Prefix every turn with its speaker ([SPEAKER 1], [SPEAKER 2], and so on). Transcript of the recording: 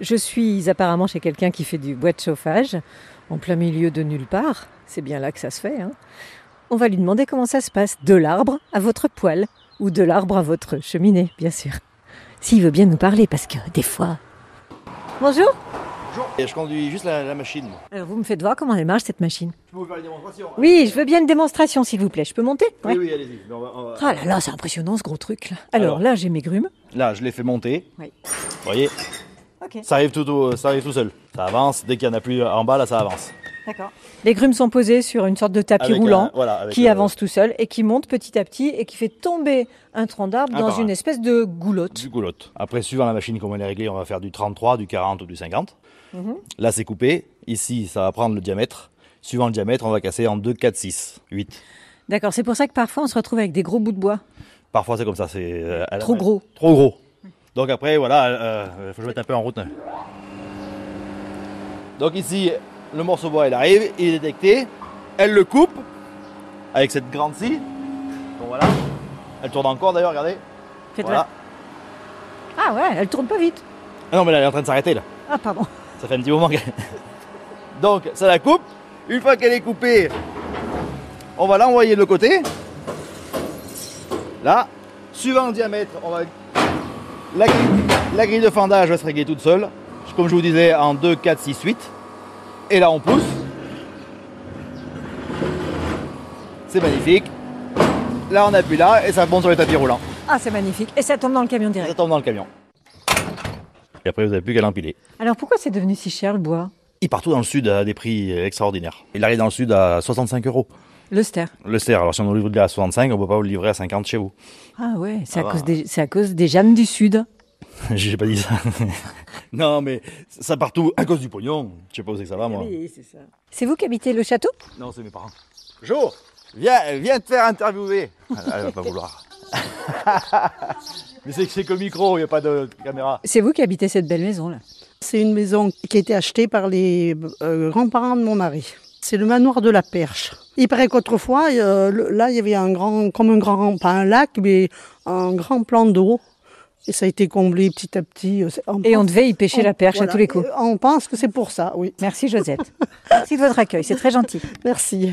[SPEAKER 1] Je suis apparemment chez quelqu'un qui fait du bois de chauffage, en plein milieu de nulle part. C'est bien là que ça se fait. hein. On va lui demander comment ça se passe, de l'arbre à votre poêle, ou de l'arbre à votre cheminée, bien sûr. S'il veut bien nous parler, parce que des fois... Bonjour
[SPEAKER 2] Et je conduis juste la, la machine. moi.
[SPEAKER 1] Alors vous me faites voir comment elle marche cette machine.
[SPEAKER 2] Je peux vous faire une démonstration hein
[SPEAKER 1] Oui, je veux bien une démonstration, s'il vous plaît. Je peux monter
[SPEAKER 2] Oui,
[SPEAKER 1] Ouais.
[SPEAKER 2] oui, allez-y. Mais on va- on va-
[SPEAKER 1] Ah là là, c'est impressionnant ce gros truc. Là. Alors,
[SPEAKER 2] Alors.
[SPEAKER 1] là, j'ai mes grumes.
[SPEAKER 2] Là, je l'ai fait monter.
[SPEAKER 1] Oui.
[SPEAKER 2] Vous voyez,
[SPEAKER 1] Ok,
[SPEAKER 2] ça arrive tout, au- ça arrive tout seul. Ça avance. Dès qu'il n'y en a plus en bas, là, ça avance.
[SPEAKER 1] d'accord. Les grumes sont posées sur une sorte de tapis
[SPEAKER 2] Avec un-
[SPEAKER 1] roulant
[SPEAKER 2] voilà, avec,
[SPEAKER 1] qui
[SPEAKER 2] euh,
[SPEAKER 1] avance tout seul et qui monte petit à petit et qui fait tomber un tronc d'arbre
[SPEAKER 2] Un
[SPEAKER 1] dans
[SPEAKER 2] par
[SPEAKER 1] une
[SPEAKER 2] un.
[SPEAKER 1] espèce de goulotte.
[SPEAKER 2] Du goulotte. Après, suivant la machine, comme elle est réglée, on va faire du 33, du 40 ou du 50.
[SPEAKER 1] Mhm.
[SPEAKER 2] Là, c'est coupé. Ici, ça va prendre le diamètre. Suivant le diamètre, on va casser en 2, 4, 6, 8.
[SPEAKER 1] D'accord, c'est pour ça que parfois on se retrouve avec des gros bouts de bois,
[SPEAKER 2] Bah Parfois, c'est comme ça. C'est euh, à la-
[SPEAKER 1] trop gros.
[SPEAKER 2] Trop gros. Donc après, voilà, euh, euh, faut que je mette un peu en route. Donc ici, le morceau bois, il arrive, il est détecté, elle le coupe avec cette grande scie. Donc voilà, elle tourne encore d'ailleurs, regardez.
[SPEAKER 1] Faites-le.
[SPEAKER 2] Voilà.
[SPEAKER 1] Ah ouais, elle tourne pas vite.
[SPEAKER 2] Ah non, mais là, elle est en train de s'arrêter là.
[SPEAKER 1] Ah pardon.
[SPEAKER 2] Ça fait un petit moment qu'elle... Donc, ça la coupe. Une fois qu'elle est coupée, on va l'envoyer de l'autre côté. Là, suivant le diamètre, on va... La grille, la grille de fendage va se régler toute seule. Comme je vous disais, en 2, 4, 6, 8. Et là, on pousse. C'est magnifique. Là, on appuie là et ça monte sur les tapis roulants.
[SPEAKER 1] Ah c'est magnifique. Et ça tombe dans le camion
[SPEAKER 2] Ça
[SPEAKER 1] direct.
[SPEAKER 2] tombe dans le camion. Et après, vous n'avez plus qu'à l'empiler.
[SPEAKER 1] Alors pourquoi c'est devenu si cher le bois
[SPEAKER 2] Il part tout dans le sud à des prix extraordinaires. Il arrive dans le sud à 65 euros.
[SPEAKER 1] L'Euster.
[SPEAKER 2] Le cerf, alors si on nous livre le gars à 65, on peut pas vous le livrer à 50 chez vous.
[SPEAKER 1] Ah ouais, c'est
[SPEAKER 2] Ah
[SPEAKER 1] à,
[SPEAKER 2] bah.
[SPEAKER 1] cause des- c'est à cause des Jeannes du Sud.
[SPEAKER 2] J'ai pas dit ça. non, mais ça part tout à cause du pognon. Je sais pas où c'est que ça va, moi.
[SPEAKER 1] c'est ça. C'est vous qui habitez le château
[SPEAKER 2] Non, c'est mes parents. Jo, viens, viens te faire interviewer. Ah, Elle va pas vouloir. mais c'est que c'est que micro, il n'y a pas de caméra.
[SPEAKER 1] C'est vous qui habitez cette belle maison là.
[SPEAKER 3] C'est une maison qui a été achetée par les euh, grands-parents de mon mari. C'est le manoir de la Perche. Il paraît qu'autrefois, euh, le- là, il y avait un grand, comme un grand, pas un lac, mais un grand plan d'eau. Et ça a été comblé petit à petit. Euh, c'est-
[SPEAKER 1] Et on
[SPEAKER 3] pense-
[SPEAKER 1] devait y pêcher
[SPEAKER 3] on-
[SPEAKER 1] la perche
[SPEAKER 3] voilà.
[SPEAKER 1] à tous les coups.
[SPEAKER 3] Euh, On pense que c'est pour ça, oui.
[SPEAKER 1] Merci Josette. Merci de votre accueil, c'est très gentil.
[SPEAKER 3] Merci.